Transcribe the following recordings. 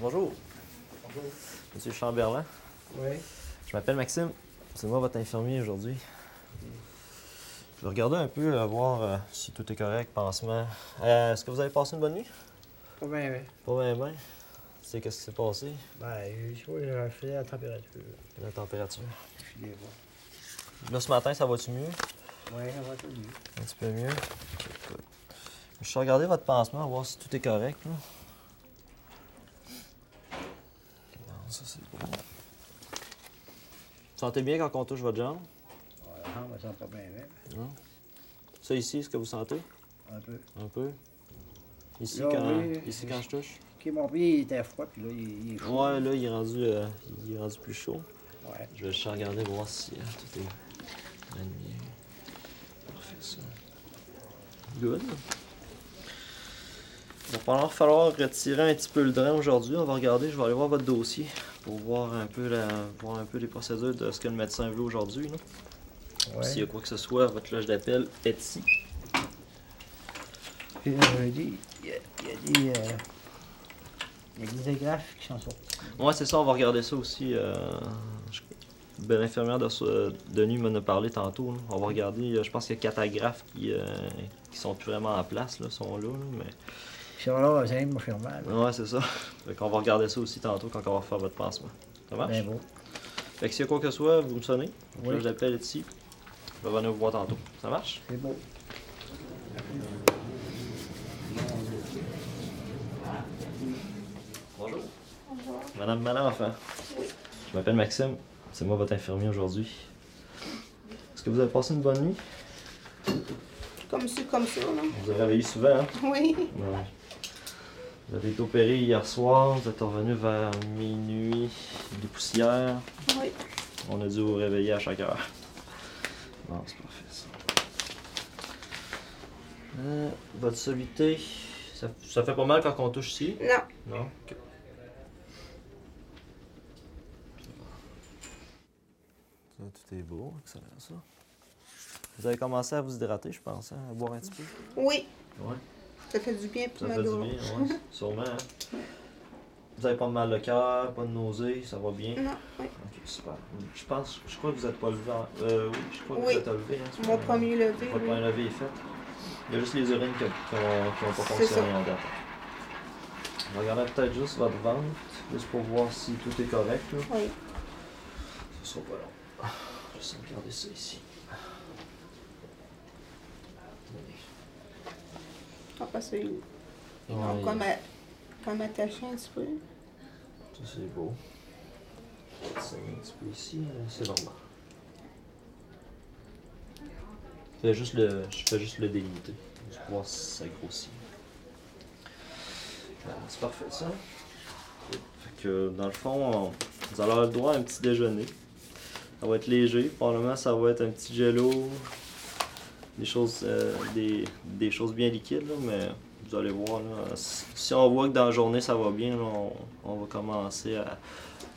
Bonjour. Monsieur Chamberlain, Oui. je m'appelle Maxime. C'est moi votre infirmier aujourd'hui. Je vais regarder un peu, euh, voir euh, si tout est correct, pansement. Euh, Est-ce que vous avez passé une bonne nuit? Pas bien, mais. Pas bien, bien. C'est qu'est-ce qui s'est passé? Ben, je crois que j'ai reflet à la température. La température. Je suis des voix. Là, ce matin, ça va-tu mieux? Ouais, ça va tout mieux. Un petit peu mieux. Je vais regarder votre pansement, voir si tout est correct. là. Non, ça c'est bon. Vous sentez bien quand on touche votre jambe? Ouais, la jambe, elle sent pas bien, même. Ça ici, est-ce que vous sentez? Un peu. Un peu. Ici, Là, quand, oui. ici quand je touche? Ok, mon pied, il était froid, puis là, il, il est chaud. Ouais, là, il est rendu, euh, il est rendu plus chaud. Ouais. Je vais juste regarder voir si euh, tout est bien. Parfait, ça. Good. Il va falloir, falloir retirer un petit peu le drain aujourd'hui. On va regarder, je vais aller voir votre dossier pour voir un peu, la, voir un peu les procédures de ce que le médecin veut aujourd'hui. là. S'il y a quoi que ce soit, votre loge d'appel est ici. Puis là, je me dis, il y a, il y a des. euh, il y a des égraphes qui sont sortis. Ouais, c'est ça, on va regarder ça aussi. euh, je- ben, L'infirmière de, so- de nuit m'en a parlé tantôt. là. On va regarder, euh, je pense qu'il y a quatre agrafes qui, euh, qui sont plus vraiment en place, là, sont là, là, mais... Puis ça, là, c'est même faire mal. Ouais, c'est ça. Fait qu'on va regarder ça aussi tantôt quand on va faire votre pansement. Ça marche? Ben, beau. Fait que s'il y a quoi que ce soit, vous me sonnez. Puis Oui. Là, je l'appelle ici. Je vais venir vous voir tantôt. Ça marche? C'est beau. Bonjour. Madame Malenfant. Je m'appelle Maxime. C'est moi votre infirmier aujourd'hui. Est-ce que vous avez passé une bonne nuit? Comme ça, comme ça, là. Vous avez réveillé souvent, hein? Oui. Ouais. Vous avez été opéré hier soir, vous êtes revenu vers minuit, des poussières. Oui. On a dû vous réveiller à chaque heure. Bon, c'est parfait ça. Euh, votre solité, ça, ça fait pas mal quand on touche ici? Non. Non. Ça, tout est beau, excellent ça. Vous avez commencé à vous hydrater, je pense, hein, à boire un petit peu. Oui. Ouais. Ça fait du bien pour Ça ma fait du bien, douleur. ouais, sûrement. hein. Vous avez pas de mal de cœur, pas de nausée, ça va bien. Non. Oui. Ok, super. Je pense, je crois que vous êtes pas levé. en- Euh, oui, je crois que Oui. vous êtes levé. hein, c'est Mon pas- premier lever. Votre oui. premier lever est fait. Il y a juste les urines qui n'ont pas C'est fonctionné ça. en date. On va regarder peut-être juste votre ventre, juste pour voir si tout est correct. Là. Oui. Ce sera pas long. Je vais essayer de regarder ça ici. Ah, parce que ils ont Ouais, comme, à- comme attaché un petit peu. Ça c'est beau. Je vais te saigner un petit peu ici, euh, c'est normal. Je fais juste le, je fais juste le délimiter, juste pour voir si ça grossit. Voilà, c'est parfait ça. Fait que dans le fond, on- vous allez avoir le droit à un petit déjeuner. Ça va être léger, probablement ça va être un petit jello, des choses, euh, des, des choses bien liquides, là, mais vous allez voir. Là, si si on voit que dans la journée ça va bien, là, on, on va commencer à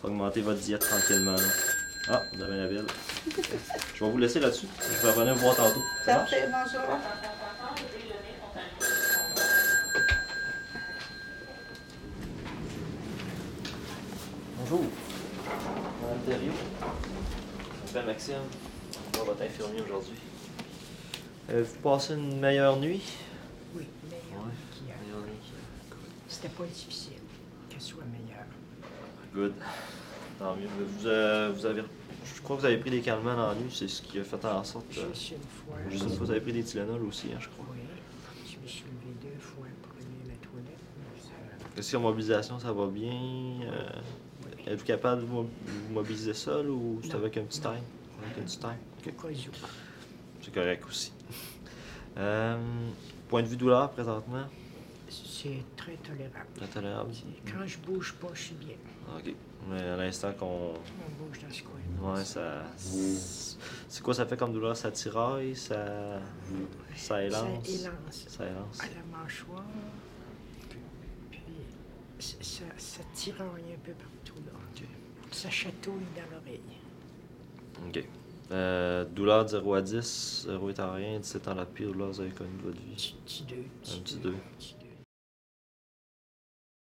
augmenter votre diète tranquillement. là. Ah, vous avez la belle. Je vais vous laisser là-dessus. Je vais revenir vous voir tantôt. Ça marche? Parfait, bonjour. Bonjour. Madame Thériault. Je m'appelle Maxime. On va votre infirmier aujourd'hui. Euh, vous passez une meilleure nuit? Oui, meilleur Oui. qu'hier. Meilleure nuit. qu'hier. C'était pas difficile qu'elle soit meilleure. Good. Tant mieux. Vous, euh, vous avez, je crois que vous avez pris des calmants dans la nuit. C'est ce qui a fait en sorte euh, que... Juste une fois. Juste une fois, vous avez pris des Tylenol aussi, hein, je crois. Oui. Je me suis levée deux fois pour aller à la toilette. mais ça- Est-ce que la mobilisation, ça va bien? Euh, Êtes-vous capable de mo- vous mobiliser seul ou c'est Non. avec un petit time? Avec un petit time. Au cas où. C'est correct aussi. Euh, point de vue douleur, présentement, C'est très tolérable. c'est tolérable. C'est- Quand je bouge pas, je suis bien. OK. Mais à l'instant qu'on... On bouge dans ce coin. Ouais, ça... C'est quoi ça fait comme douleur? Ça tiraille? Ça... Ça élance? Ça élance. Ça élance. À la mâchoire. Puis ça, ça- ça tiraille un peu partout. Là. OK. Ça chatouille dans l'oreille. OK. Euh, douleur euh, de 0 à 10, 0 étant rien, 17 étant la pire douleur que vous avez connue de votre vie. Petit petit deux. Un petit petit deux. 2.